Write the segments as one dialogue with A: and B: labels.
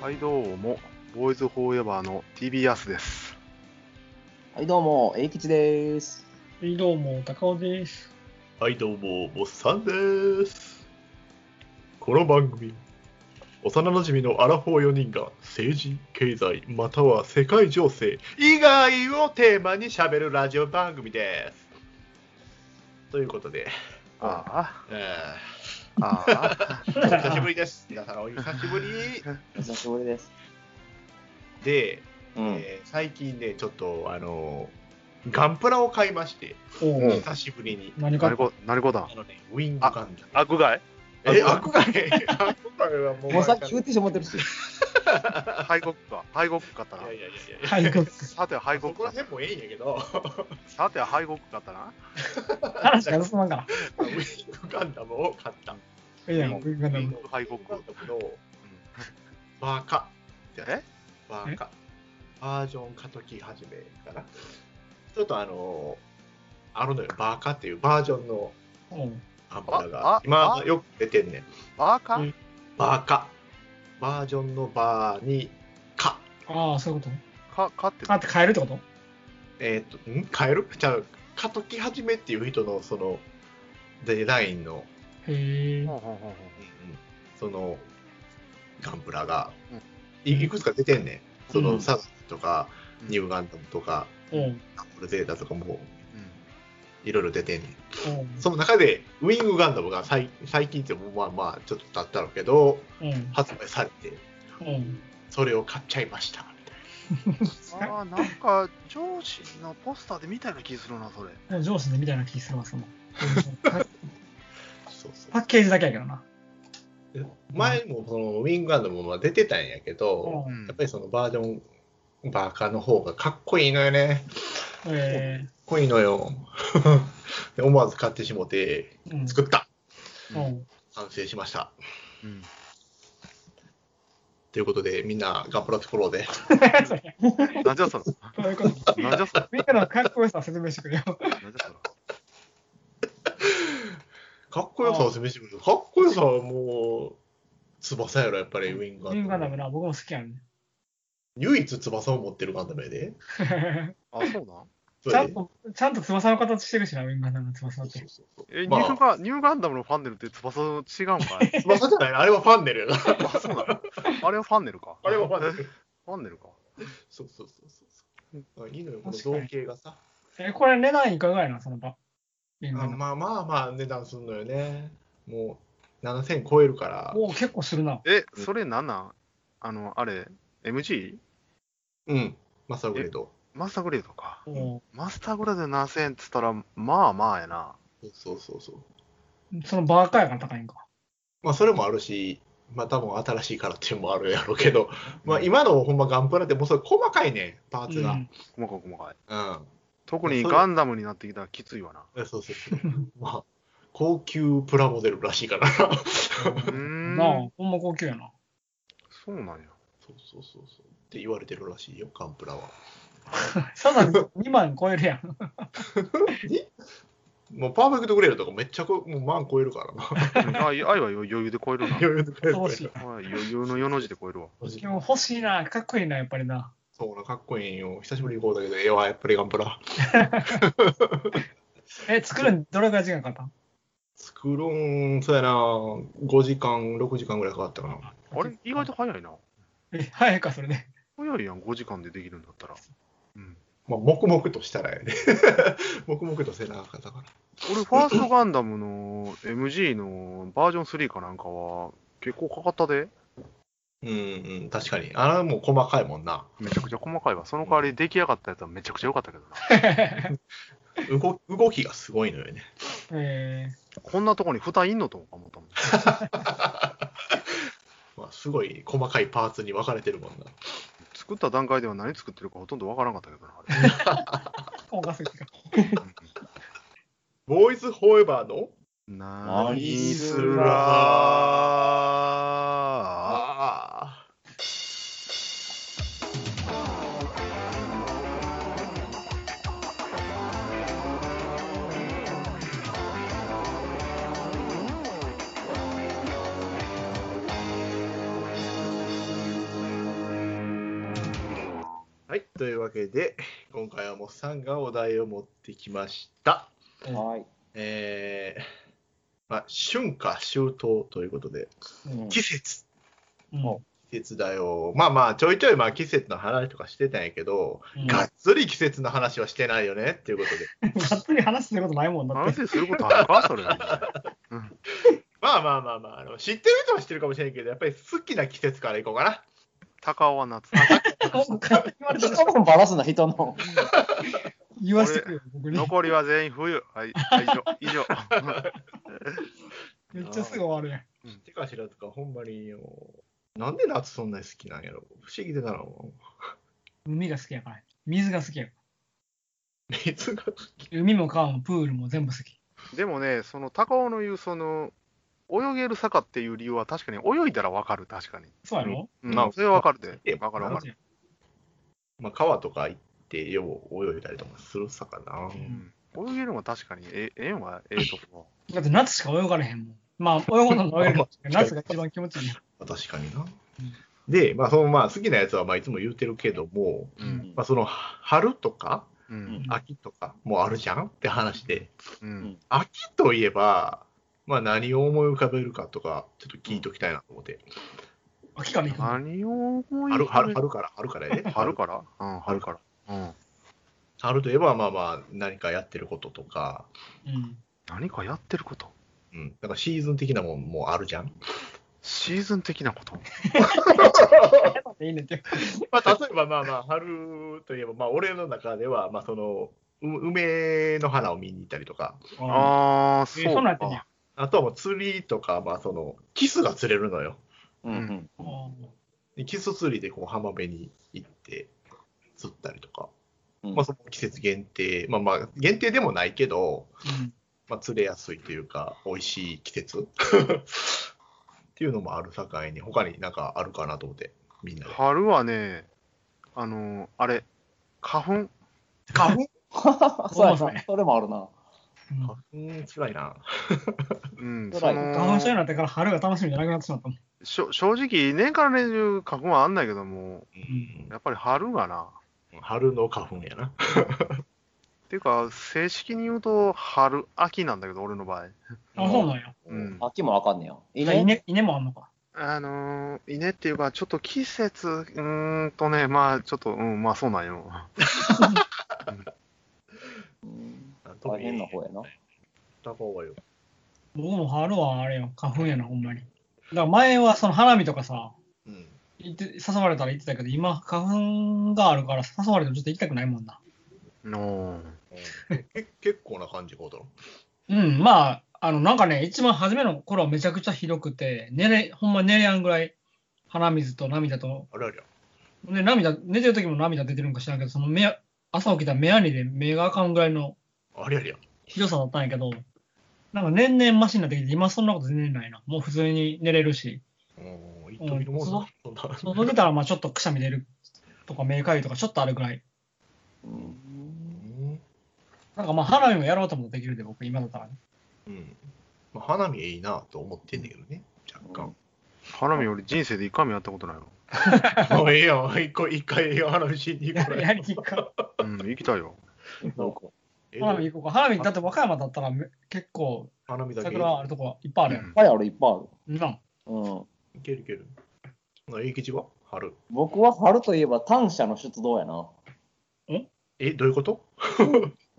A: はい、どうも、ボーイズフォーエバーの TBS です。
B: はい、どうも、英吉です。
C: はい、どうも、高尾です。
D: はい、どうも、おっさんです。この番組、幼馴染のアラフォー4人が政治、経済、または世界情勢以外をテーマに喋るラジオ番組です。ということで、
A: あ
D: え
A: あ、ああ、
D: ー、お 久しぶりです。皆さん、お久しぶり。
B: お久しぶりです。
D: で、
B: うん。
D: えー最近ね、ちょっと、あのーガンプラを買いまして、
C: おお、
A: うん
D: 久しぶりに。
C: 何
A: な
C: か
A: るこ、なるこだ
D: あ。のね、ウィングガンダム。
A: 悪害
D: え、悪がね、 悪がはもう。
B: もうさっき言ってしまってるし。
A: 敗国か、敗国かった
D: い
A: な
D: や。いやいや いや。
C: はい、ごめんなさ
A: さては敗
D: そ
A: 国
D: こら
A: か、
D: 辺もええんやけど、
A: さては敗国かったな。
C: い話が進まんから。
D: ウィングガンダムを買った。
C: いやいや、僕が
D: ウ
C: な
D: ィン
C: ん
D: グ
C: か
D: ガンダムのバーカ。
A: え
D: バーカ。バージョン化とき始めかな。ちょっとあのー、あるのよ、バーカっていうバージョンの
C: おう
D: ガンプラ
A: ああ
D: が、今よく出てんねん。
A: バーカ
C: うん
D: バーカ。バージョンのバーに、カ。
C: ああ、そういうこ
A: か、かって
C: と。あって変えるってこと
D: えっ、と、ん変えるじゃう化とき始めっていう人のそのデザインの
C: へえ
A: ほ。んほんほんほん
D: そのガンプラが
A: うん
D: いいくつか出てんねん。そうの
C: ん
D: サザンとか、
A: うん
D: ニューガンダムとか、
C: おう
D: アップルゼータとかも
A: うん
D: いろいろ出てんねん。
C: おう
D: その中で、ウィングガンダムが最最近ってもまあまあちょっと経ったろうけど、
C: おう
D: 発売されて、
C: おう
D: それを買っちゃいました。みたい
A: ああ、なんか、上司のポスターで見たような気するな、それ。
C: でも上司でみたいな気するわ、その。
D: なそうそう
C: パッケージだけやけどな。
D: で前もそのウィングガンダムも出てたんやけど、
C: うん
D: やっぱりそのバージョンバーカーの方がかっこいいのよね。
C: え
D: かっこいいのよ。 で思わず買ってしもて、
C: え。うん
D: 作った
C: お う
D: 完成しました。
A: うん。
D: ということで、みんなガンプラ作ろうぜ。
C: それ
A: なんじゃそら。
C: そういうこと。
A: なんじゃそら。
C: みんなのかっこよさを説明してくれ よ。
A: なんじゃそら。
D: かっこよさを示してくれる。かっこよさはもう、翼やろ、やっぱりウィンガ
C: リングガンダム
D: ンダ
C: な、
D: ム。
C: 僕も好きやね。
D: 唯一翼を持ってるガンダムやで。
A: あ、そうなん
D: そ
C: ちゃ
D: れ
C: ん
D: で
C: と、ちゃんと翼の形してるしな、ウィングガンダムの翼って。
D: そうそうそう
A: え、
D: ま
A: ニュー
D: あ、
A: ガン、ニューガンダムのファンネルって翼違うんか い
D: 翼じゃないなあれはファンネルや な。
A: あ、そうなのあれはファンネルか。
D: あれはファンネル。
A: ファンネルか。
D: そうそうそうそう。いいのよ、この造形がさ。
C: え、これ値段いかがやな、その場。リングガ
D: あ
C: ンダム。
D: まあまあまあ値段するのよね。もう7000超えるから。
C: おう結構するな。
A: え、それなんなんあの、あれ、MG?
D: うん。まあそれと。
A: マスターグレードか。
C: おう
A: マスターグレードで7000円っつったら、まあまあやな。
D: そうそうそう。
C: そのバーカーやから高いんか。
D: まあそれもあるし、まあ多分新しいからっていうのもあるやろうけど、まあ、今のほんまガンプラってもうそれ細かいねんパーツが。
A: 細かい細かい。
D: うん。
A: 特に
D: いやそれ
A: ガンダムになってきたらきついわな。
D: えそうそうそう。まあ、高級プラモデルらしいから。そう
A: うー。
C: うんん、なあ、ほんま高級やな。
A: そうなんや。
D: そうそうそう。って言われてるらしいよ、ガンプラは。
C: サザン2万超えるやん。
D: もうパーフェクトグレードとかめっちゃこもう万超え るからな。
A: あ、愛は余裕で超え るな。はい
D: 余裕で超える超え
C: 欲
D: る
C: しい。
A: 余裕の世の字で超えるわ。
C: でも欲しいな、かっこいいな、やっぱりな。
D: そうな、かっこいいよ。久しぶりに行こうだけど、ええわ、やっぱりガンプラ。
C: え、作るのにどれぐらい時間かかっ
D: 作るん、そうやな、5時間、6時間ぐらいかかったかな。
C: た
A: あれ意外と早いな。
C: え、早いか、それで。
A: 早いやん、5時間でできるんだったら。うん。
D: まあ、黙々としたらやね。 黙々とせなあかんだから。
A: 俺、ファーストガンダムの MG のバージョン3かなんかは、結構かかったで。
D: うん、うん、確かに。あれはもう細かいもんな。
A: めちゃくちゃ細かいわ。その代わり出来上がったやつはめちゃくちゃ良かったけどな。
D: 動動きがすごいのよね。
C: え
A: こんなとこに蓋いんのと思ったもん。
D: まあ、すごい細かいパーツに分かれてるもんな。
A: 作った段階では何作ってるかほとんどわからなかったけどな、あれ。
C: ー、おかすぎてか。
D: ボーイズフォーエバーの
A: な
B: 何
A: す
B: す
A: ら
B: ら
D: ああ。
A: ー
D: はい、というわけで、今回はモッサンがお題を持ってきました。
C: うん
B: はい。
D: えー、まあ、春夏秋冬ということで、
B: うん
D: 季節。
C: うん
B: も
D: 季節だよ。まあまあ、ちょいちょいまあ季節の話とかしてたんやけど、
C: うん
D: が
C: が
D: っつり季節の話はしてないよねっていうことで。
C: っつり話すことないもんだって。
A: 話することあるかそれ。
D: まあまあまあまあ、あの知ってる人は知ってるかもしれんけど、やっぱり好きな季節からいこうかな。
A: 高尾は夏。
C: お勝手に言われたら
B: 人のバラすな、人の。
C: 言わせてくれよ、僕に。
A: 残りは全員冬。はい、はい以上。以上。
C: めっちゃすぐ終わるやん。
D: てか知らずか、ほんまによ。なんで夏そんなに好きなんやろ不思議でなの。
C: 海が好きやから。水が好きやか
D: 水が好き。
C: ら。海も川もプールも全部好き。
A: でもね、その高尾の言う、その、泳げる坂っていう理由は確かに泳いだらわかる、確かに。
C: そうやろ、
A: う
D: まあ
A: ん、それはわかるで
D: え。
A: わかるわか
C: マ
A: る。
C: ジや
D: まあ、川とか行って、よう泳いだりとかするさかな。
A: うん泳げるのは確かに、え、えんはええとこ。
C: だって夏しか泳がれへんもん。まあ、泳ぐのも泳げるかもし れんけど夏が一番気持ちいいやん。
D: まあ確かにな。で、まあ、そのまあ好きなやつはまあいつも言うてるけども、
A: う。
C: うん
D: まあ、その春とか
A: うん。
D: 秋とかもあるじゃんって話で、
A: うん。
D: 秋といえば、まあ、何を思い浮かべるかとか、ちょっと聞いときたいなと思って、
C: 秋から行くの
A: 何を思い
D: 春
A: 浮かべ
D: 春春から、春からや で、
A: 春からうん、春から。うん。
D: 春といえば、まあまあ、何かやってることとか、
C: うん。
A: 何かやってること。
D: うん、なんかシーズン的なもんもあるじゃん。
A: シーズン的なこと。
C: いいねんて。
D: まあ、例えば、まあまあ、春といえば、まあ、俺の中では、まあ、その、う梅の花を見に行ったりとか、
C: ああ。
A: ああ、
C: そ
A: そう
C: うなってん
A: か
C: や。。
D: あとはもう釣りとか、まあ、その、キスが釣れるのよ。
B: うんうん。
C: う
D: でキス釣りでこう浜辺に行って釣ったりとか、
B: うん
D: まあ、その季節限定、まあまあ、限定でもないけど、
C: ん。
D: まあ、釣れやすいというか、美味しい季節 っていうのもある境に、他になんかあるかなと思って、みんなで。
A: 春はね、あのーあれ、花粉。
D: 花粉
B: そうやな。それもあるな。
C: うん
D: うん、辛いな。
A: うん、
B: 辛
A: そ
B: い
C: 花粉症に
A: の
C: なってから春が楽しみじゃなくなってしまったもん。
A: しょ正直、年から年中花粉はあんないけども、
D: うん
A: やっぱり春がな。
D: 春の花粉やな。
A: っていうか、正式に言うと、春、秋なんだけど、俺の場合。
C: あ、そうなんや。
A: うん
B: 秋もわかんねや。い
C: 稲稲稲もあんのか。
A: あのー、稲っていうか、ちょっと季節、うーんとね、まあ、ちょっと、うん、まあそうなんよ。
B: うん
D: 特
B: 大
D: に
B: 変な方やな。
D: 行った方がよ。
C: 僕も春はあれよ、花粉やな、ほんまに。だから前はその花見とかさ、
D: うん。
C: 行って誘われたら行ってたけど、今、花粉があるから誘われてもちょっと行きたくないもんな。
A: の
D: け 結構な感じこと
C: うん、まあ、あの、なんかね、一番初めの頃はめちゃくちゃひどくて、寝れ、ほんま寝れやんぐらい、鼻水と涙と、
D: あれあれや。
C: で、涙、寝てる時も涙出てるんか知らんけど、その目や、朝起きたら目やにで目があかんぐらいの
D: あれあれや。
C: ひどさだったんやけど、なんか年々マシになってきて、今そんなこと全然ないな。もう普通に寝れるし、
D: うん、行っとみるもんな。そんな
C: 外出たらまあちょっとくしゃみ出るとか、目かゆいとかちょっとあるぐらい。
B: うん
D: うん
C: なんかまあ花見もやろうともできるで、僕今だった らね。
D: うん。まあ、花見いいなと思ってんだけどね、若
A: 花見より人生で一回もやったことないよ。
D: 干。もういいよ、一個一回花見しに行
C: や
D: こう
C: やりきっか。
A: うん、行きたいよ。
B: そうか
D: え
C: 花見行こうか。花見だって和歌山だったらめ結構
D: 花見だけ
C: 桜あるとこはいっぱいあるやん。
B: いっぱいある、いっぱいある。
C: な
B: うん。
D: いけるいける。な、いい吉は春。
B: 僕は春といえば短車の出動やな。
D: え、どういうこと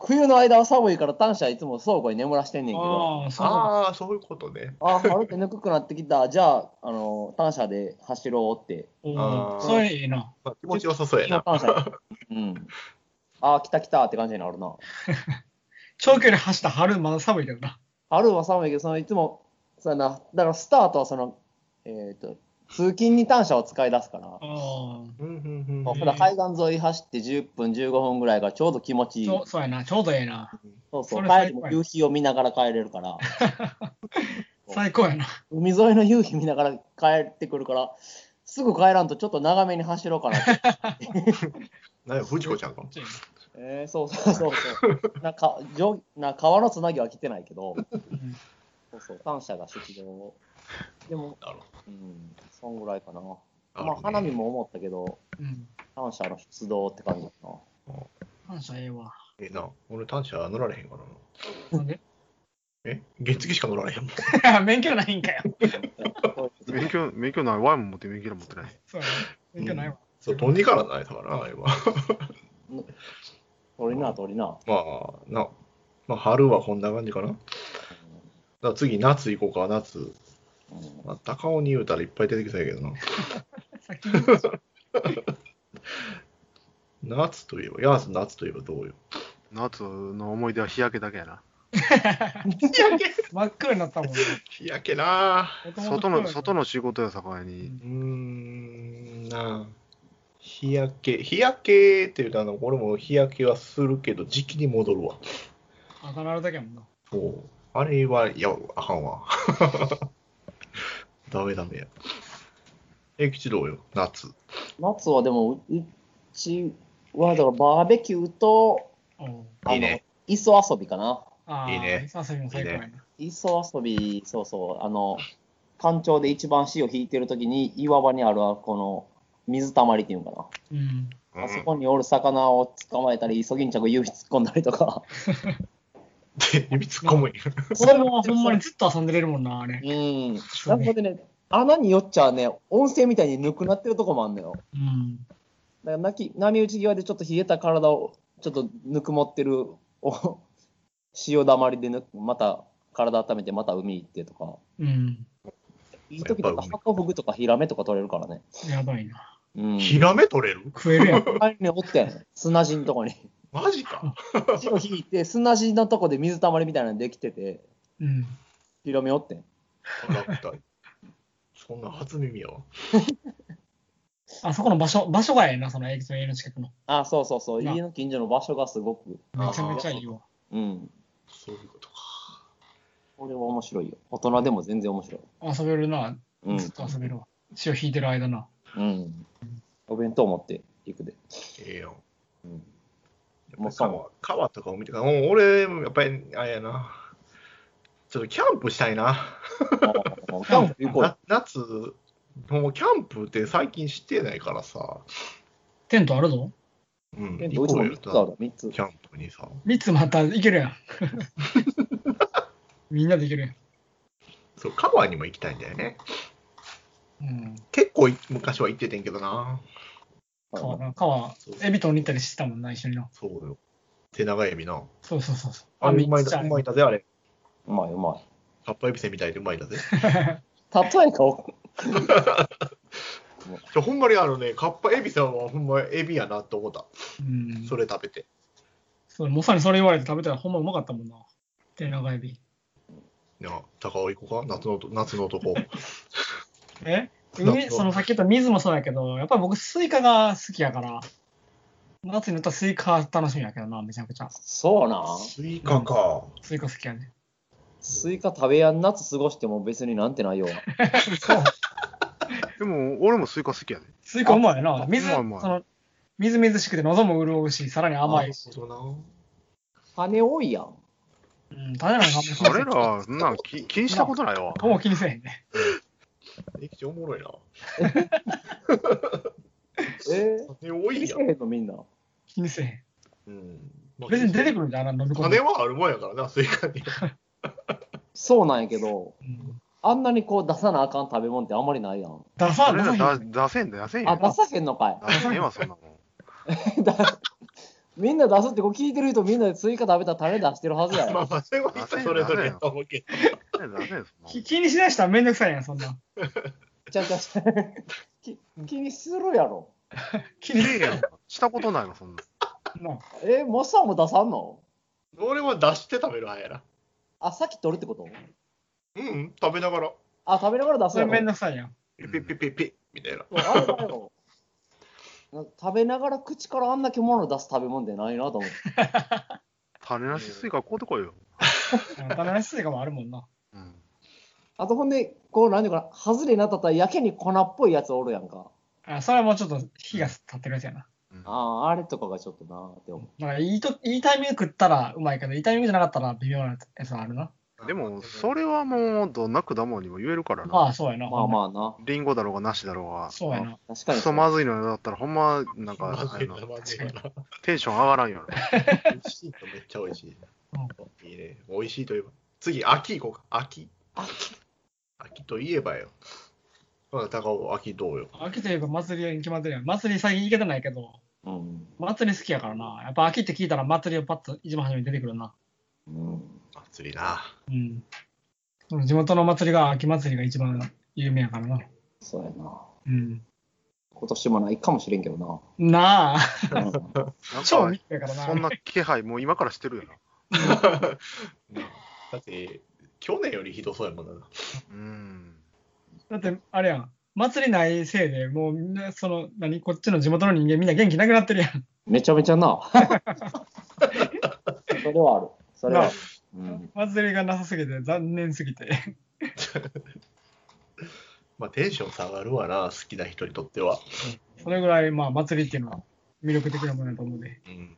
B: 冬の間は寒いから短車はいつも倉庫に眠らしてんねんけど。
C: ああ、そうか。
D: ああー、そういうことね。
B: ああ、春ってぬくくなってきた。じゃあ、あの、単車で走ろうって。
C: お
D: あー
C: ーそれいいな。
D: まあ、気持ちよさそうやな。
B: 単車 で。うん。ああ、来た来たって感じになるな。
C: 長距離走った春、まだ寒いけどな。
B: 春は寒いけど、そのいつも、そうやな、だからスタートはその、えっ、と、通勤に単車を使い出すから、
C: ああ。
D: うんうん
B: ま
D: う
B: あ
D: ん
B: ほら海岸沿い走って10分、15分ぐらいがちょうど気持ちいい。
C: そうそうやな。ちょうどええな。
B: そうそ、
C: そうれ
B: 帰
C: 最
B: り
C: 高や
B: も夕日を見ながら帰れるから、
C: 最高やな。
B: 海沿いの夕日見ながら帰ってくるから、すぐ帰らんとちょっと長めに走ろうかな って。
D: なんや、藤子ちゃんか。
B: えー、そうそうそうそう。なんか、じょな川のつなぎは来てないけど、
C: うん
B: そうそう、感謝が出場。でも、
D: なるほ
B: うん、そんぐらいかな。
D: ど
B: まあ、花見。も思ったけど、
C: うん
B: 感謝の出動って感じだな。
C: 感謝ええわ。
D: ええな、俺、単車乗られへんからな。
C: なんで
D: え原付しか乗られへんもん。
C: 免許ないんかよ。
A: 免許、免許ない。ワインも持って免許持ってない。
C: そうやね免許ないわ。
D: そう、飛んでからないからな、今。
B: 取りな、取りな。
D: まあ、な、まあ、春はこんな感じかな。だから次、夏行こうか、夏。
B: うん
D: まあ、高尾に言うたらいっぱい出てきたんやけどな。
C: 先に言ったし
D: 夏といえば、やつ夏といえばどうよ。
A: 夏の思い出は日焼けだけやな。
C: 真っ暗になったもんね。
D: 日焼けなあ
A: 外の、外
C: の。
A: の仕事やさかいに。
D: うーん、なあ。日焼け、日焼けっていうか、あの、俺も日焼けはするけど、時期に戻るわ。
C: 当たられたけやもんな。
D: そう。あれは、いや、あかんわ。 ダメダメや。え、吉どうよ、夏。
B: 夏はでも、ううちは、だからバーベキューと、
C: おう
B: あ
D: いいね
B: の、磯遊びかな。
C: ああ、
D: いいね
C: 遊びも最高やな。
B: 磯遊び、そうそう、あの、干潮で一番潮引いてるときに、岩場にあるこの水たまりっていうのか
C: うん。
B: な、あそこにおる魚を捕まえたり、イソギンチャク指突っ込んだりと か、
D: で、指突っ込むんや
C: それもほんまにずっと遊んでれるもんな、あれ
B: う。ん、
C: そ
B: な
C: うね
B: んでね、穴によっちゃね、温泉みたいにぬくなってるとこもあんのよ。
C: うん。
B: だからなき波打ち際でちょっと冷えた体をちょっとぬくもってるお 潮だまりでぬまた体温めてまた海行ってとか
C: うん。
B: いい時と
D: やっぱ
B: か
D: 海
B: ハコフグとかヒラメとか取れるからね
C: やばいな。
B: うん
D: ヒラメ取れる
C: 食えるや ん。
B: 前にねおってん砂地のとこに
D: マジか。
B: 潮引いて砂地のとこで水たまりみたいなのできてて
C: うん。
B: ヒラメおってん
D: ラクタそんな初耳やわ。
C: あそこの場所、場所がええな、そのエキスの家の近くの。
B: あそうそうそう
C: な
B: 家の近所の場所がすごく
C: めちゃめちゃいいわ。
B: うん
D: そういうことか。
B: これは面白いよ大人でも全然面白い
C: 遊べるな、
B: うん
C: ずっと遊べるわ。潮引いてる間な。
B: うんお弁当持ってい くで、
D: ええやん。
B: うん、
D: やっぱ川川とかを見てから、もう俺、やっぱり、あれやな。ちょっとキャンプしたいな。
B: おかんも行こうよ
D: な夏、もうキャンプって最近してないからさ。
C: テントあるぞ。
D: うん、
B: えど
D: 行
B: いつ
D: こ
B: も
D: うよ
B: 3つある、3つ。
D: キャンプにさ。
C: 三つまたいける やん。みんなでいけるやん。
D: そう、川にも行きたいんだよね。
C: うん。
D: 結構い昔は行っててんけどな。
C: 川な、川
D: そう、
C: エビとに行ったりしてたもんな、一緒にな。
D: そうよ。手長エビな。
C: そうそうそうそう。
D: あれ、うまい
C: ちっち
D: だ、
C: ゃ
D: うまいだぜ、あれ。
B: うまいうまい。
D: カッパエビせんみたいでうまいだぜ。
B: 例えかを、
D: ちょほんまにあのね、カッパエビさんはほんまエビやなと思った。
C: うん。
D: それ食べて。
C: そう、まさにそれ言われて食べたらほんまうまかったもんな。手長エビ。
D: いや、高尾行こうか、夏のと夏の男。
C: え
D: な
C: 海、そのさっき言った水もそうやけど、やっぱり僕スイカが好きやから、夏になったらスイカ楽しみやけどな、めちゃくちゃ。
B: そうなん。
D: スイカか。
C: スイカ好きやね。
B: スイカ食べやん夏過ごしても別になんてないような。
C: そう。
A: でも、俺もスイカ好きやで。
C: スイカうまいよな。
A: あ
C: 水、
A: うまいう
C: そ
A: まい
C: の、みずみずしくて喉も潤うし、さらに甘いし。
D: なるほど
B: 羽多いやん。
C: うん、種なんかあんまり気にせ
A: あ
C: ん
A: れら、そんなん気気にしたことないわ。
C: ほぼ気にせえへんね。
D: な。え、きちおもろいな。
B: え
D: 金多
B: ー、
D: い
B: 見せ
D: や
B: へんのみんな。
C: 気にせえへん。
D: ん。うん。まあ
C: 別に出てくるんだよな、飲み込ん
D: 金
C: で。
D: はあるもんやからな、スイカに。
B: そうなんやけど、
C: うん
B: あんなにこう出さなあかん食べ物ってあんまりないやん。
C: 出
A: あ
C: さん、
A: れ
C: 出さへん
A: ら
C: よ
A: 出
C: ね。
A: 出せんで、出せん
B: あ、
A: よ。
B: 出さへんのか
A: 出せんわ、そんなもん。
B: い。 だみんな出すってこう聞いてる人みんなでスイカ食べたら種出してるはずや
D: まあ
B: よ。
D: まあ、それは人それぞれやと思うけど。
A: 出せん、出せんよ、 そん
C: き気にしだしたらめんどくさいやん、そんなん。
B: ちゃうちゃうちゃうき気にするやろ。
C: 気に
A: なもん。いいやんしたことないわ、そんな。
C: な。
B: えー、モッサンも出さんの
D: 俺は出して食べる派やな。
B: あ、さっき取るってこと
D: うん、食べながら。
B: あ、食べながら出す
C: そ
B: や
C: れ
B: ろ。
C: めんどくさいやん。
D: ピッピッピッピッみたいな。
B: そうあれだよ。なんか食べながら口からあんだけ物出す食べ物でないなと思って。
A: 種なしスイカ買うてこいよ。
C: 種なしスイカもあるもんな。
A: うん。
B: あとほんで、こう何ていうかな、外れになったったらやけに粉っぽいやつおるやんか。
C: あそれはもうちょっと火が立ってるやつやな。
A: うん
B: ああ、あれとかがちょっとなーって思う。
C: なんかいいといいタイミングで食ったらうまいけど、いいタイミングじゃなかったら微妙なやつはあるな。
A: でも、それはもう、どんな果物にも言えるからな。
C: まあ、そうやな。
B: まあまあな。
A: リンゴだろうが、なしだろうが。
C: そうやな。
B: 確か
A: ク
B: に。
A: ソまずいのだったら、ほんま、なんか、
D: ま
A: あ
D: ずいな、
A: の
D: まずいな。
A: テンション上がらんよ。
D: 美味しいとめっちゃ美味しい。いいね。美味しいといえば。次、秋行こうか。秋。秋といえばよ。まあ、高尾、秋どうよ。
C: 秋といえば祭りに決まってるやん。祭り最近行けてないけど、
B: うん。
C: 祭り好きやからな。やっぱ秋って聞いたら祭りをパッと一番初めに出てくるな。
B: うん。
D: 祭りな。
C: うん。地元の祭りが秋祭りが一番有名やからな。
B: そうやな。
C: うん。
B: 今年もないかもしれんけどな。
C: なあ、
B: うん
A: なん
C: 超
A: か
C: 見、てやからな。
A: そんな気配、もう今からしてるよな。
D: だって、去年よりひどそうやもんな。
A: うん。
C: だって、あれやん。祭りないせいで、もうみんな、その、何、こっちの地元の人間みんな元気なくなってるやん。
B: めちゃめちゃな。それはある。それはある。うん、
C: 祭りがなさすぎて、 残念すぎて。
D: まあ、テンション下がるわな、好きな人にとっては。
C: それぐらい、まあ、祭りっていうのは魅力的なものだと思うで。
D: うん。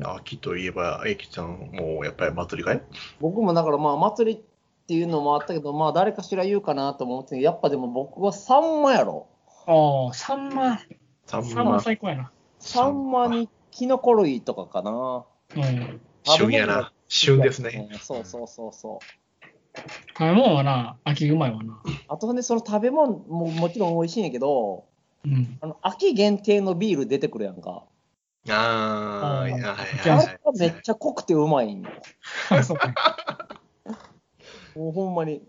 D: 秋といえば、えきちゃん、もうやっぱり祭りかい
B: 僕もだからまあ祭りっていうのもあったけど、まあ誰かしら言うかなと思ってたけどやっぱでも僕はサンマやろ。
C: ああ、サンマ、
D: サ
C: サンマ最高やな。
B: サンマにキノコ類とかかな。
C: うん。
D: 旬やな。旬ですね。
B: うんそうそうそうそう。
C: 食べ物はな、秋うまいわな。
B: あとね、その食べ物ももちろん美味しいんやけど、
C: うん。
B: あの秋限定のビール出てくるやんか。
D: ああ、
C: うん
D: いやはい
C: い
B: あ
D: はい
B: れ
C: や
D: はい
B: が。めっちゃ濃くてうまいんよ。
C: そうか
B: もうほんまに。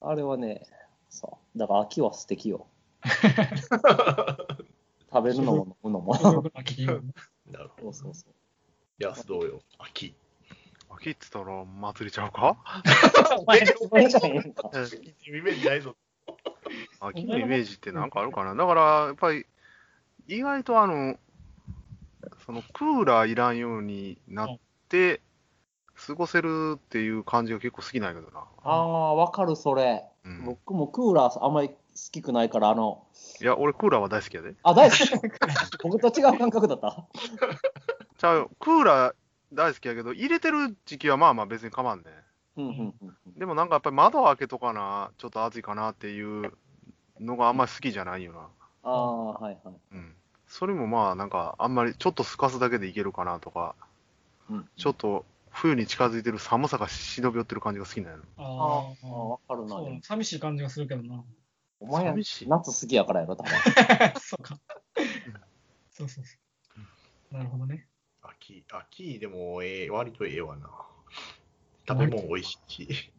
B: あれはね、そう。だから秋は素敵 よ。食べるのも飲むのも。
C: 食欲の秋でいいよね
D: なるほ
B: そう
D: ど。
B: そうそう。
D: やすどうよ。秋。
A: 秋っつったら、祭りちゃうか
C: お前の
B: それじゃええんか。
D: イメージないぞ。
A: 秋のイメージってなんかあるかなだから、やっぱり、意外とあの、そのクーラーいらんようになって、過ごせるっていう感じが結構好きなんやけどな。
B: ああ、わかる、それ。
A: うん、
B: 僕もクーラーあんまり好きくないから、あの、
A: いや、俺クーラーは大好きやで。
B: あ、大好き。僕と違う感覚だった。
A: ちゃうよクーラー大好きやけど、入れてる時期はまあまあ別に構わんね。
B: うんうんうんうん。
A: でもなんかやっぱり窓開けとかな、ちょっと暑いかなっていうのがあんまり好きじゃないよな。
B: ああ、はいはい。
A: うん。それもまあなんかあんまりちょっとすかすだけでいけるかなとか、
B: うん、
A: ちょっと冬に近づいてる寒さが忍び寄ってる感じが好きなの。
B: あ
C: あ
B: あ、
C: あ。
B: わかるな。
C: そう寂しい感じがするけどな。
B: お前は
A: 寂しい
B: 夏好きやからやろ、多分。
C: そうか。そうそうそう。なるほどね。
D: 秋、秋でもええ、割とええわな。食べ物美味しいし。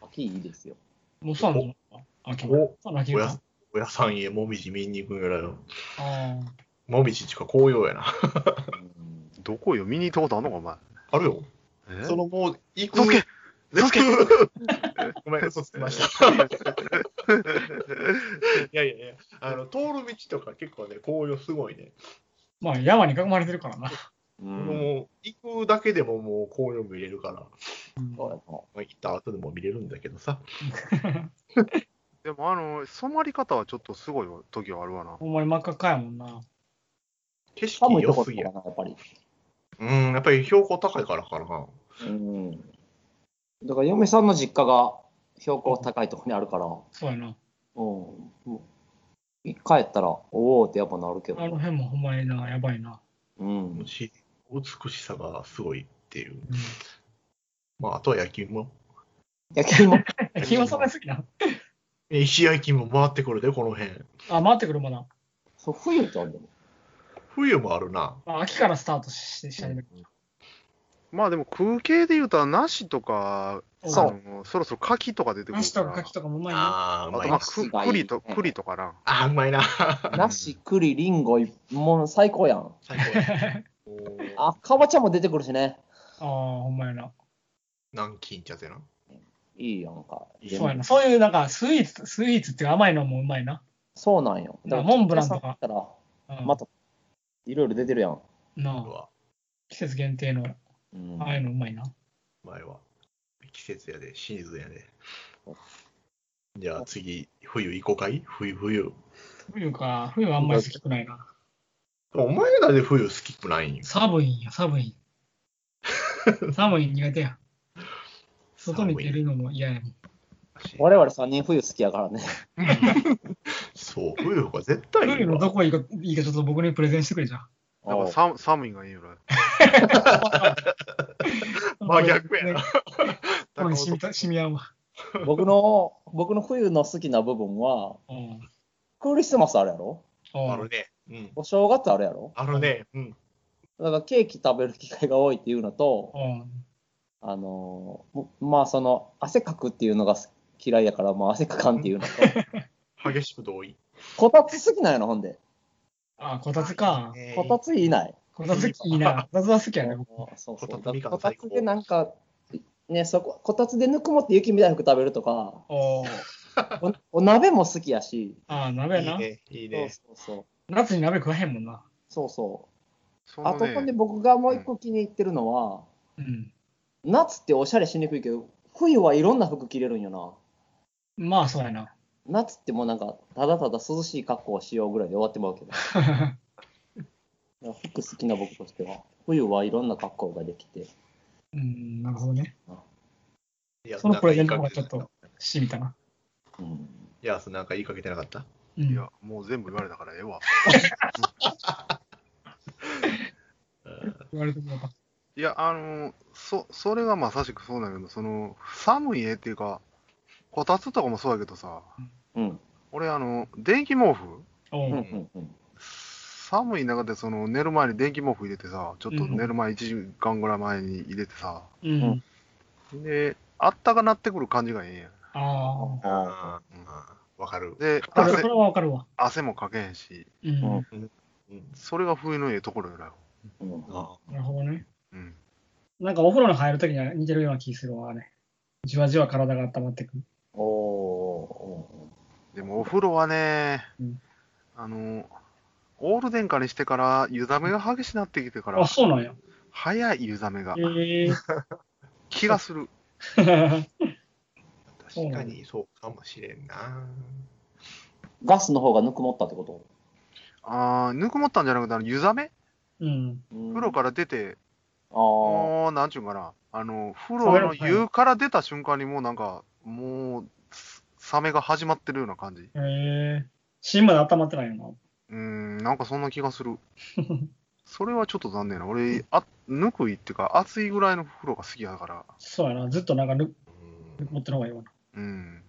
B: 秋いいですよ。
C: もうそうなの秋は。
D: お、
C: そうなの秋
D: お
C: は
D: やおやさんへもみじ見に行くんやらよ。
C: あ
D: もみじちか紅葉やな。
B: うん
A: どこよ見に行ったことあんのか、お前。
D: あるよ。
A: え
D: そのもう、行く。
A: 嘘つけ嘘つけ
D: ごめん、嘘つきました。いやいやいや、あの、通る道とか結構ね、紅葉すごいね。
C: あ。まあ、山に囲まれてるからな。
B: うん。
D: もう、行くだけでももう紅葉見れるから、ま
C: うん
B: そうやな。
D: あ、行った後でも見れるんだけどさ。
A: でもあの、染まり方はちょっとすごい時はあるわな。
C: ほんまに真っ赤っかやもんな。
D: 景色
B: 寒いと
D: 良
B: こ
D: す
B: と
D: ぎ
B: かな、
D: や。
B: やっぱり。
D: うん、やっぱり標高高いからかな。
B: うん。だから、嫁さんの実家が標高高いところにあるから、うん。
C: そうやな。
B: もう一帰ったら、おおってやっぱなるけ
C: あの
B: ど。
C: 辺もほんまにな、やばいな。
B: うん。
D: し美しさがすごいっていう。
C: うん
D: まあ、あとは野球も。
B: 野球も。
C: え、君もそんな好きな
D: え石焼きも回ってくるで、この辺。
C: あ、待ってくる、まだ。
B: そう、冬ってあるんだよ。
D: 冬もあるな。
C: あ秋からスタートしし始める。
A: まあでも空系で言うと、梨とか、
B: そう
A: あのそろそろ柿とか出てくる
C: 梨
A: か
C: と
A: ら。
C: か柿とかもうまいな。
D: ああ、う
A: あ
D: ま
A: と
D: い
A: まあ
D: な。
A: く
B: 梨がいい
A: 栗と、
B: ね
A: 栗とかな。
D: あー、うまいな。
B: 梨、栗、リンゴ、もう最高やん。
D: 最高や おー
B: あ、かぼちゃも出てくるしね。
C: ああ、ほんまやな。
D: 南京茶ぜな。
B: いいやんか。
D: い
C: そうやな。そういう、なんか、スイーツ、スイーツっていうか甘いのもうまいな。
B: そうなんよ。だから
C: モンブランとか。
B: だか
C: う
B: ら
C: ん
B: また、いろいろ出てるやん。
D: う
C: なあ
D: わ、
C: 季節限定の、
B: うん
C: ああいうのうまいな。
D: 前は。季節やで、シーズンやで。じゃあ次、冬行こうかい冬、冬。
C: 冬か、冬はあんまり好きくないな。
D: お前らで冬好きくないんよ
C: 寒いんや、寒いん。寒いん苦手や。外に出るのも嫌やもん。
B: 我々3人冬好きやからね。
D: そう、冬の方が絶対いい
C: 冬の
D: わ。
C: どこいいか、いいかちょっと僕にプレゼンしてくれじゃん。
A: だから寒寒いがいいよな。
D: 真逆やな。
C: これ染みた染み合うわ。
B: 僕の、僕の冬の好きな部分は、
C: うん
B: クリスマスあれやろ
D: あ
C: う
D: の
C: ん
D: ね、うん。
B: お正月あれやろ
D: あのね、うん。
B: だからケーキ食べる機会が多いっていうのと、
C: うん
B: あのー、もまあその、汗かくっていうのが嫌いやから、まあ汗かかんっていう のと、
D: 激しく同意。
B: こたつ好きなんやろ、ほんで。
C: あ、こたつか。
D: ね
B: こたついいない。
C: こたついいな。こたつは好きやね。
B: そうそう
D: こたつ
B: だ
D: み
B: か
D: か
B: こ
D: らん
B: た
D: 最高
B: つでなんか、ね、そこ、こたつでぬくもって雪みたいな服食べるとか、
C: おー
B: おお鍋も好きやし、
C: あー、鍋や
D: いい
C: な。
D: ね、いい
B: そう
D: ね。
B: そうそう。
C: 夏に鍋食わへんもんな。
B: そうそう。
A: そ
B: あ
A: の
B: とほんで
A: ね、
B: 僕がもう一個気に入ってるのは、
C: うん。
B: 夏っておしゃれしにくいけど、冬はいろんな服着れるんよな。
C: まあ、そうやな。
B: 夏ってもうなんか、ただただ涼しい格好をしようぐらいで終わってまうけど。だから服好きな僕としては、冬はいろんな格好ができて。
C: うん、なるほどね。
D: いや
C: そのプレゼント
D: なん
C: が
D: か
C: ちょっと、しみたな。
B: うん、
D: いや、なんか言いかけてなかった
C: うん
A: いや、もう全部言われたからええわ。
D: うん
C: 言われてみようか。
A: いや、あの、そ、それがまさしくそうだけど、その、寒い絵っていうか、こたつとかもそうやけどさ、
B: うん、
A: 俺、あの、電気毛布
B: うん、
C: おう
B: うんん、うん。
A: 寒い中で、その、寝る前に電気毛布入れてさ、ちょっと寝る前1時間ぐらい前に入れてさ、
C: うん。
A: で、あったかなってくる感じがええんや
C: あ
D: うん
B: あ
D: わかる。
A: で、
C: あ。それ
A: 汗
C: それ、はわかるわ。
A: 汗もかけへんし、
C: うん。
B: うん
D: うん
A: それが冬のええところよな。
B: ーうん
D: あ
C: なるほどね。
A: うん。
C: なんかお風呂に入るときには似てるような気するわね。じわじわ体が温まってくる。
B: おお
A: でも、お風呂はね
C: うん、
A: あの、オール電化にしてから、湯冷めが激しなってきてから
C: あ、、そうなんや。
A: 早い湯冷めが、
C: ええ
A: 気がする。
D: 確かにそうかもしれんな。
B: ガスの方がぬくもったってこと、
A: あー、ぬくもったんじゃなくて、あの湯冷め
C: うん。
B: うん、
A: 風呂から出て、
B: ああ、
A: もう、なんちゅうんかな、あの、風呂の湯から出た瞬間にもうなんか、もう、冷めが始まってるような感じ。
C: ええ芯まで温まってないよな。
A: うーん、なんかそんな気がす る。それはちょっと残念な。俺、あぬくいっていうか、暑いぐらいの風呂が好きだから。
C: そうやな。ずっとなんかぬ
D: うん
C: 持ってる方がいいわな。
A: うん。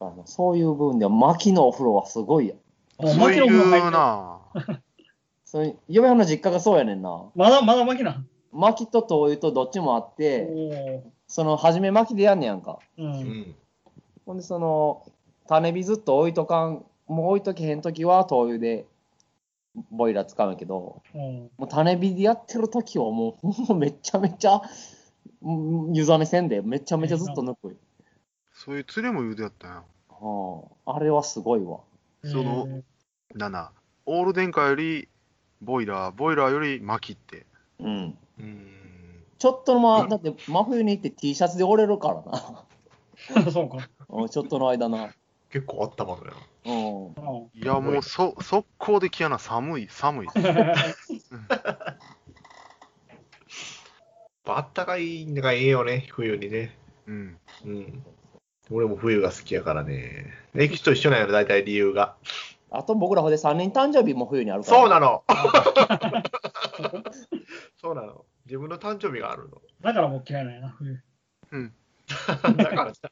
B: あのそういう部分では、薪のお風呂はすごいや。
C: あ
A: そうい
C: の風呂入って
A: う
C: る
A: な。
B: それ嫁はんの実家がそうやねんな。
C: まだまだ巻きなん。
B: 薪と灯油とどっちもあって、
C: お
B: その初め薪でやんねやんか。
C: ーう。
D: うんん
B: ほんで、その、種火ずっと置いとかん、もう置いとけへんときは灯油でボイラー使うんやけど、
C: うん。
B: もう種火でやってるときはもう、ほんまめちゃめちゃ、うん湯冷めせんで、めちゃめちゃずっとぬくい。
A: そういう釣りも言うてやったんや。
B: うん、あれはすごいわ。
A: その7。オール電化より、ボイラー、ボイラーより薪って。
B: うん。
D: うん
B: ちょっとのま、
D: うん
B: だって真冬に行って T シャツで折れるからな。
C: えー そうか。
B: うんちょっとの間な。
D: 結構あったまるな。
B: うん。
C: うん
A: いや、もう、そ、速攻で来やな。寒い、寒い。
D: やっぱあったかいのがええよね、冬にね。
A: うん。
D: うん。俺も冬が好きやからね。歴史と一緒なんやろ、大体理由が。
B: あと僕らほんで3人誕生日も冬にあるから。
D: そうなのそうなの。自分の誕生日がある
C: だからもう嫌いなんやな、冬。
D: の。だから、ちゃ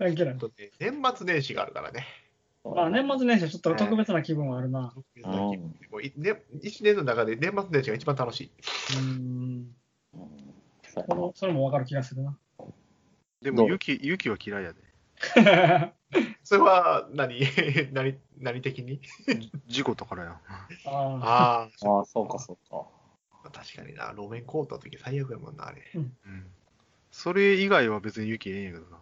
C: 嫌い嫌い
D: ん。とね、年末年始があるからね。
C: まあ、年末年始はちょっと特別な気分はあるな。
B: うん
D: もういね一年の中で年末年始が一番楽しい。
C: うん。
B: うんそう
C: こ
B: やな
C: のそれもわかる気がするな。
A: で
B: ど
A: も、
B: う
A: 雪、雪は嫌いやで。
D: それは何 何何的に
A: 事故とからやん。
C: ああ。
D: あ
B: ああ、そうか、そうか。
D: あ、確かにな。路面凍った時最悪やもんな、あれ。
A: うん。それ以外は別に雪ええんやけどな。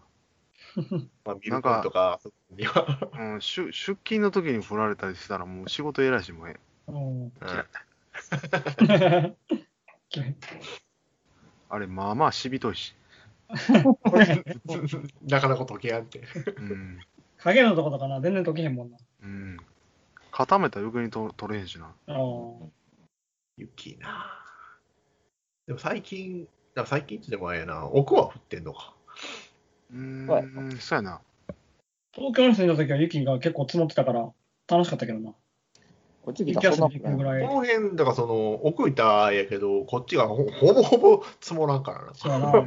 D: まあ、ミルクとか、そこには。
A: うん、出出勤の時に振られたりしたらもう仕事偉いしもうえ
C: うん。
D: うん
C: 嫌い。
A: あれまあまあしびといし、
D: なかなか溶けやん って。
A: うん
C: 影のとことかな、全然溶けへんもんな。
A: うん、固めたら余計にと取れへんしな
C: ああ。
D: 雪なあでも最近、だから最近ちでもあれやな、おこは降ってんのか。
A: うーん、そうやな。
C: 東京に住んだ時は雪が結構積もってたから、楽しかったけどな。
B: こっち来た
C: 雪
B: らそん
C: 遊
B: な
C: び
B: こ
C: に
B: と
C: 行くぐ
B: ない。
C: ら
D: こ
C: い。
D: の辺、だからその、奥板やけど、こっちがほほぼほぼ積もらんからな。
C: そうやな。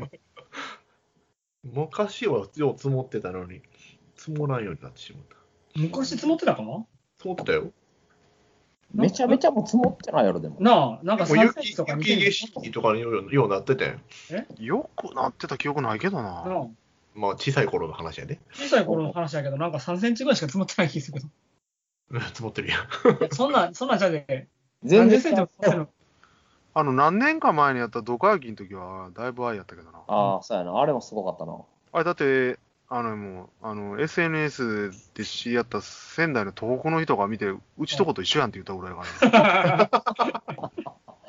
D: 昔はよう積もってたのに、積もらんようになってしまった。
C: 昔積もってたかな
D: 積もってたよ。
B: めちゃめちゃもう積もってないやろ、でも。
C: なあ、なんか
D: もう
C: 3セン
D: 雪
C: チとか2
D: 雪
C: セ
D: 景
C: ンチとか
D: 色とかのようようになってたよ。
A: よくなってた記憶ないけど
C: な
A: な。
C: あ
D: まあ、小さい頃の話やね。
C: 小さい頃の話だけど、なんか3センチぐらいしか積もってない気するけど。
D: うん積もってるやん。
C: いやそんな、そんなじゃね
B: 全
C: 何
B: 然
C: 十センチも積もってるの。
A: あの、何年か前にやったドカ雪の時は、だいぶ愛やったけどな。
B: ああ、そうやな。あれもすごかったな。
A: あれ、だって、あの、もう、あの、SNS で知り合った仙台の東北の人が見て、うちとこと一緒やんって言ったぐらいかな。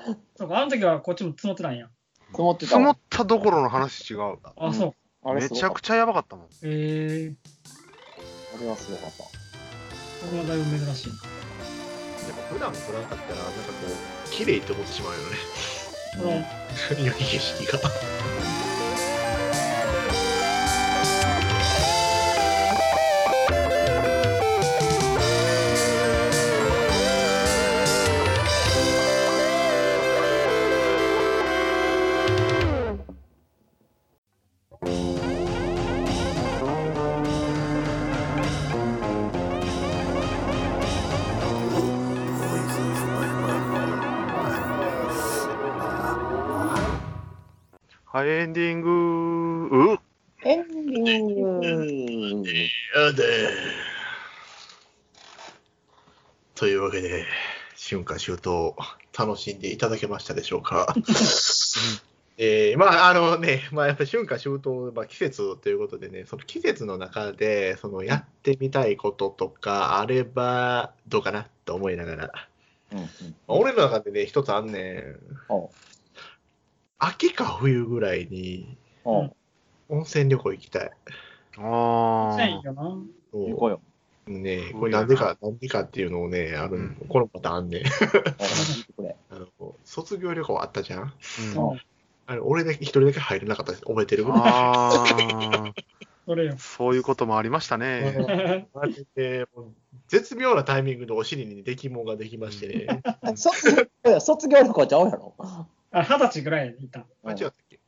C: そうか、あの時はこっちも積もってないんや。
B: 積もってた
A: 積もったどころの話違う。
C: あ、そう。
B: あ
A: め
B: れすご
A: ち
B: か
A: ゃ
B: っ
A: くちゃやばかったもん。
C: え
B: た。
C: え
B: あれはすごかった。
C: ー、これはだいぶ珍しい。
D: でも普段降らんかったら、なんかこう、綺麗って思ってしまうよね。
C: この
D: 雪景色が。
A: はい、エンディングうっ
B: エンディング。
D: やでというわけで、春夏秋冬、楽しんでいただけましたでしょうか。えー、まあ、あのね、まあ、やっぱり春夏秋冬、まあ、季節ということでね、その季節の中で、そのやってみたいこととかあれば、どうかなと思いながら、
B: うんうん
D: まあ俺の中でね、一つあんねん。
B: おう
D: 秋か冬ぐらいに
B: お
C: う
B: うん
D: 温泉旅行行きたい。
A: あ
C: 社員
A: あ。
C: よな。
B: 行こうよ。
D: ねこれなんでか、なんでかっていうのをね、ある、
A: うん
D: このパターンあんねん
B: おう行ってく れ。
D: あの、卒業旅行あったじゃん
A: うん
C: うん
D: あれ、俺だけ一人だけ入れなかったし覚えてるぐ らい。
A: ああ。
C: それよ。
A: そういうこともありましたね。
D: マジでもう絶妙なタイミングでお尻にできもんができましてね。
B: あ卒業卒業旅行ちゃうやろ。
C: あ、二十歳ぐらいやで行った。
D: あ、違ったっけ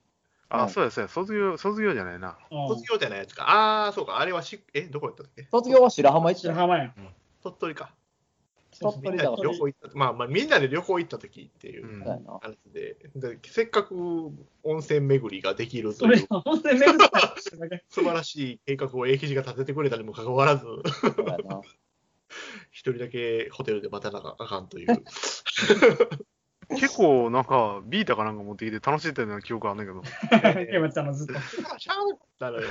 A: あ
B: う
A: あ、
B: ん
A: そうや、そうや、卒業、卒業じゃないな。
C: うん
D: 卒業じゃないやつか。ああ、そうか。あれはし、え、どこやったっけ
B: 卒業は白浜行っ
C: 白
B: た。
C: 浜や。
D: 鳥取か。
C: そうそ
B: 鳥
D: みん
B: 取
D: な
B: だ
D: で
B: わ
D: 旅行行った。まあまあ、みんなで旅行行った時っていううん
B: そうやな。
D: 話で。でせっかく温泉巡りができる
C: う
D: と
C: それ
D: いう
C: よ。本当にめぐっただけ。
D: 素晴らしい計画を英記事が立ててくれたにもかかわらず。
B: そう やな。
D: 一人だけホテルで待たなあかんという。
A: 結構、なんか、ビータかなんか持ってきて楽しんでたような記憶あんだけど。
C: ケムちゃんのずっと。
D: しゃあ なかったのよ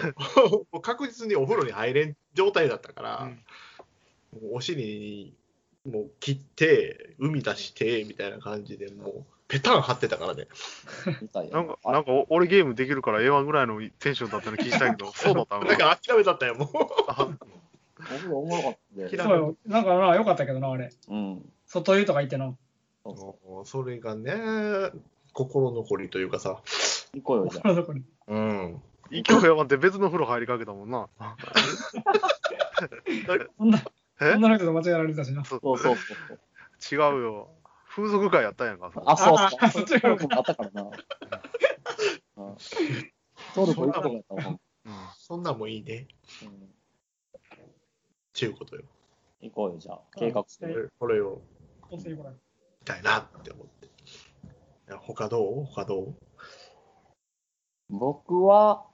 D: もう確実にお風呂に入れん状態だったから、もうお尻にもう切って、海出してみたいな感じで、もうペタン張ってたからね。
B: みたいや
A: なんか、なんか、お俺ゲームできるからええわぐらいのテンションだったの気したけ ど、そうだったの
D: なんか諦めだったよ、もう。
B: 僕おもろかったで
D: 嫌。
C: そ
D: いう
C: よ。なんかな、良かったけどな、あれ。
B: うん。
C: 外湯とか行ってな。
B: そうそ
D: もうそれがね、心残りというかさ、
B: う行こうよ、じゃあ。
C: 心の底に
D: うん。
A: 勢い余って別の風呂入りかけたもんな。
C: そんな、
A: え
C: 女の人と間違えられてたしな。
B: そうそうそうそう。
A: 違うよ。風俗会やったんやんか。そこ
B: あ、そう
C: あ
B: そう。そういうこともあったからな。うんトルコ行くとこやったもん。
A: うん
D: そんなんもいいね。
B: うん
D: ちゅうことよ。
B: 行こうよ、じゃあ。計画して
C: は
D: こ
C: い
D: れこれを、
C: 温泉行こ
D: みたいなって思って。いや他どう他どう
B: 僕は、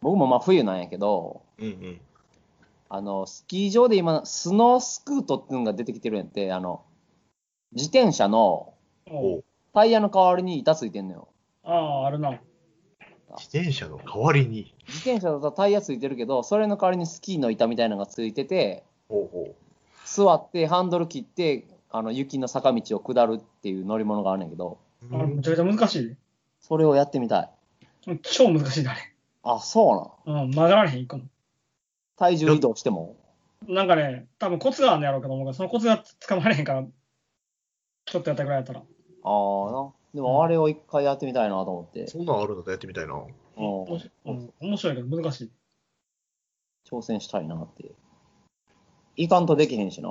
B: 僕もまあ冬なんやけど、
D: うんうん。
B: あの、スキー場で今、スノースクートっていうのが出てきてるんやって、あの、自転車の
C: れお
D: お
C: う
D: う
B: タイヤの代わりに板ついてんのよ。
C: ああ、あるな。
D: 自転車の代わりに。
B: 自転車だとタイヤついてるけど、それの代わりにスキーの板みたいなのがついてて、
D: ほうほ
B: 座ってハンドル切って、あの、雪の坂道を下るっていう乗り物があるんやけど、
D: う。
C: あれ、めちゃくちゃ難しいで。
B: それをやってみたい。
C: 超難しいだね。
B: あ、そうなん。
C: うん、曲がられへん、一個も。
B: 体重移動しても。
C: なんかね、多分コツがあるんのやろうけど、僕はそのコツがつかまれへんから、ちょっとやったぐらいやったら。
B: ああな。でもあれを一回やってみたいなと思って、
D: そんなんあるんだったらやってみたいな。
B: うん
C: うん面白いけど難しい。
B: 挑戦したいなって。いかんとできへんしな。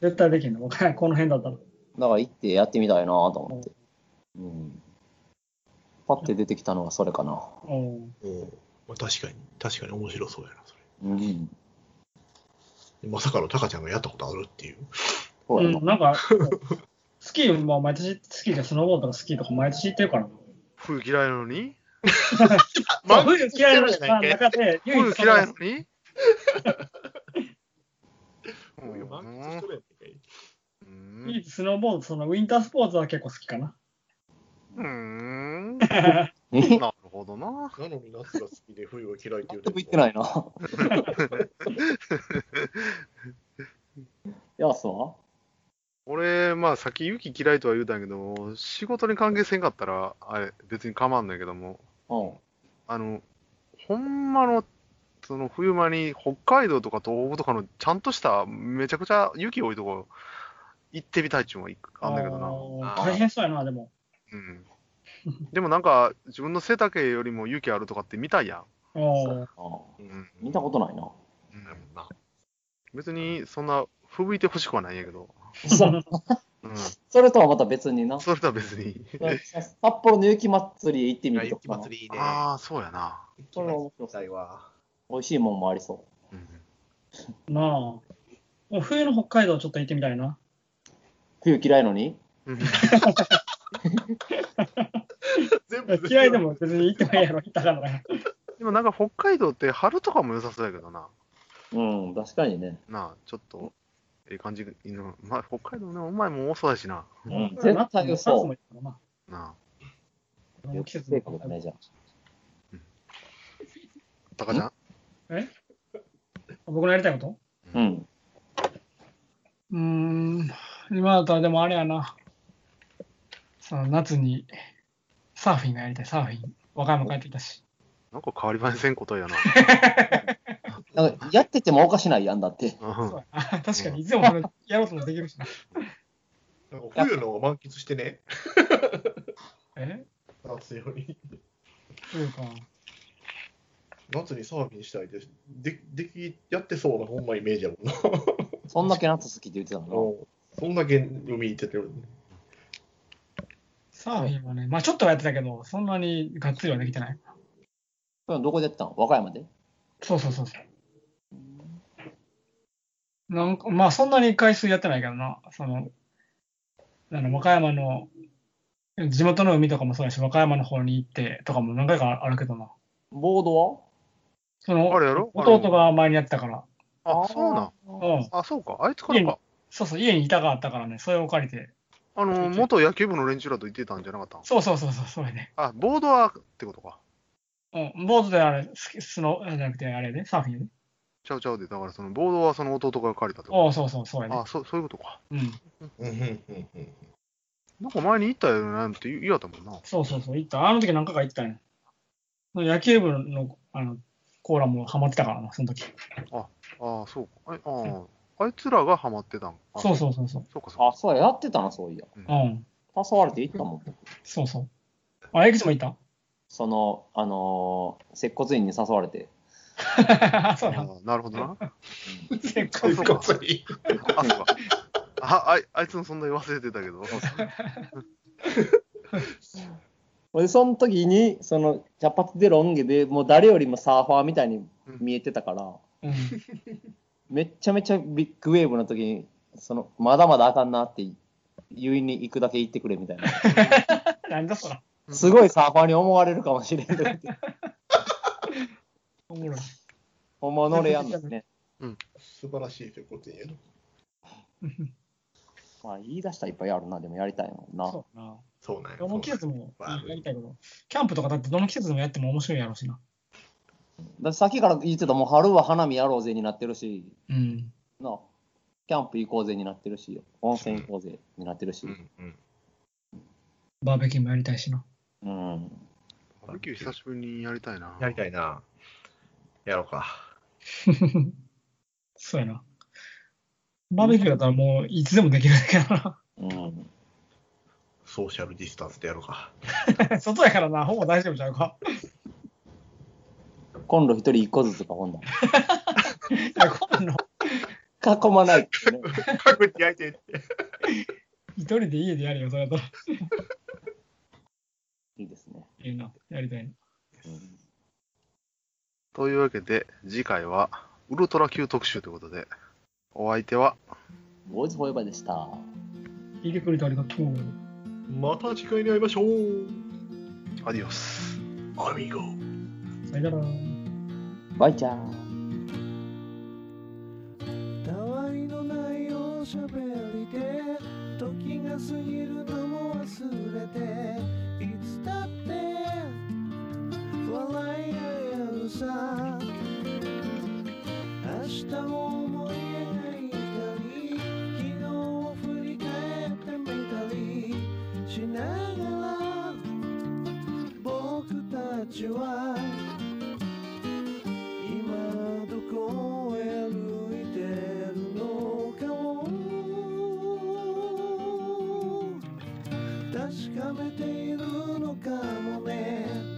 C: 絶対できんの。僕はこの辺だったら。
B: だから行ってやってみたいなと思って。うん。パッて出てきたのがそれかな。
C: うん
D: うんまあ、確かに、確かに面白そうやな、そ
B: うん。
D: れ。まさかのタカちゃんがやったことあるっていう。
B: そうやな
C: うん、なんか、スキーも毎年、スキーでスノーボードとかスキーとか毎年行ってるから。
A: 冬嫌いなのに
C: まあ、冬嫌いな
D: 知ってるじゃない
C: 中で、唯
A: 冬
C: 一そ
A: 嫌いな
C: の
A: のにう
D: 満喫し
A: ん
D: とるやんけ
A: うん
C: 唯一スノーボード、そのウィンタースポーツは結構好きかな。
A: うーん。
B: え
A: なるほどな。
D: なのに夏が好きで冬が嫌いって言う
B: 全く行ってないな。やすは
A: 俺、まあ、さっき雪嫌いとは言うたんやけど、仕事に関係せんかったら、あれ、別に構わんないけども、
B: うん。
A: あの、ほんまの、その冬間に北海道とか東北とかのちゃんとした、めちゃくちゃ雪多いとこ行ってみたいっちゅうのはあんだけどな。
C: あー大変そうやな、でも。
A: うん。でもなんか、自分の背丈よりも雪あるとかって見たいや
C: お
B: あ
A: ん。うん。
B: 見たことないな。
A: うん別に、そんな、吹雪いてほしくはないんやけど。
C: ー
A: うん。
B: それとはまた別にな。
A: それとは別に。
B: 札幌の雪祭りへ行ってみ
D: あ
B: ると
D: 雪
B: かな、
D: 祭りいいね。
A: ああ、そうやな。
B: それは面白そ
D: た
B: う。
D: いわ。
B: 美味しいもんもありそ
A: うん
C: なあ。もう冬の北海道ちょっと行ってみたいな。
B: う。冬嫌いのに
A: うん
D: 全部
C: 嫌いでも別に行ってないやろ、行ったからな。
A: でもなんか北海道って春とかも良さそうやけどな。
B: うん、確かにね。
A: なあ、ちょっと、ええ感じの。まあ、北海道ね、お前も多そうやしな。
B: ん絶対そう
C: 夏も行くからな
A: な
C: この季
B: 雪
C: 節の
B: 成功がね、じゃあ。
A: あ、タカちゃん
C: 僕のやりたいこと
B: うん。
C: うーん、今だったらでもあれやな。その夏にサーフィンがやりたい、サーフィン。和歌山帰ってきたし。
A: なんか変わり映えせんことやな。
B: なんかやっててもおかしないやんだって。
A: うん
C: そうやな 確かに、いつでもそれやろうともできるしな。
D: なんか冬のを満喫してね。
C: え
D: 夏より。
C: そうか。
D: 夏にサーフィンしたいです。で、でき、やってそうなほんまイメージやもんな。
B: そんだけ夏好きって言ってたの
D: そんだけ海行っててる。
C: サーフィンはね、まあちょっとはやってたけど、そんなにがっつりはできてない。
B: な。うんどこでやってたの和歌山で
C: そうそうそうそう。なんか、まあそんなに回数やってないけどな。その、あの和歌山の、地元の海とかもそうやし、和歌山の方に行ってとかも何回かあるけどな。
B: ボード
C: その、
A: あれやろ
C: 弟が前にやってたから。
B: は
A: あ、そうなん。
B: ん。
C: うん。
A: あ、そうか。あいつから
C: いえい
A: か。
C: そうそう、家に板があったからね、それを借りて。
A: あの、元野球部の連中らと言ってたんじゃなかったん
C: そうそうそうそう、それね。
A: あ、ボードはってことか。
C: うん。ボードであれ、スキスノー、じゃなくてあれやで、サーフィンやで。
A: ちゃうちゃうで、だからそのボードはその弟が借りたって
C: お
A: こ
C: うそうそう、そうや
A: と。
C: ね
A: あ、。そう、そういうことか。
C: うん。
D: うんうんうんうん。
A: なんか前に行ったよねって言いやったもんな。
C: そうそうそう、行った。あの時何回か行ったんや。野球部のあのコーラもハマってたからな、その時。
A: ああ、そうか。あああいつらがハマってたんあ
C: そうそうそうそう。
A: そうか、そうか。
B: あ、そうや、やってたな、そういや。
C: う
A: うん
C: ん。
B: 誘われて行ったもん。
C: そうそう。あ、いくつも行っ
B: その、あのー、接骨院に誘われて。
C: た そう
A: あ
C: な。
A: ーなるほどな。
C: 結構
A: あそうか
D: そう い
A: あ、そうか。あ、あいあいつの存在忘れてたけど。
B: で、その時に、その、茶髪でロン毛で、もう誰よりもサーファーみたいに見えてたから、
C: うん。
B: めっちゃめちゃビッグウェーブの時に、その、まだまだあかんなって言いに行くだけ行ってくれみたいな。
C: なんだそら。
B: すごいサーファーに思われるかもしれんとか言 って。
C: おもろい。
B: ほんま乗れやんですね。
D: 素晴らしいということやな。
B: まあ、言い出したらいっぱいあるな、でもやりたいもんな。
C: そうだな。
D: そうなんや。
C: どの季節も
D: そうなんや
C: やりたいけど、キャンプとかだってどの季節でもやっても面白いやろうしな。
B: だってさっきから言ってた、もう春は花見やろうぜになってるし、
C: うん。
B: なあキャンプ行こうぜになってるし、温泉行こうぜになってるし、
D: うんうん。
C: バーベキューもやりたいしな。
B: うん、
A: バーベキュー久しぶりにやりたいな。
D: やりたいな。やろうか。
C: そうやな。バーベキューだったらもういつでもできるだけやな。
B: うん、
D: ソーシャルディスタンスでやろうか。
C: 外やからな、 ほぼ大丈夫ちゃうか。
B: コンロ一人一個ずつか、ほんな
C: え今度、
B: ら囲まないってね。
D: 各自焼いてって。
C: 一人で家でやるよ、それだと。
B: いいですね。
C: いいな、やりたいな。
B: うん
A: というわけで、次回はウルトラ級特集ということで、お相手は、
B: ボーイズフォーエバーでした。
C: 聞いてくれてありがとう。
D: また次回に会いましょう。
A: アディオス。
D: アミゴ。
C: さよなら。
B: バイチャー。
E: たわいのないおしゃべりで時が過ぎるのも忘れていつだって笑い合えるさ明日を思い描いたり昨日を振り返ってみたりしながら僕たちは今どこへ歩いてるのかを確かめているのかもね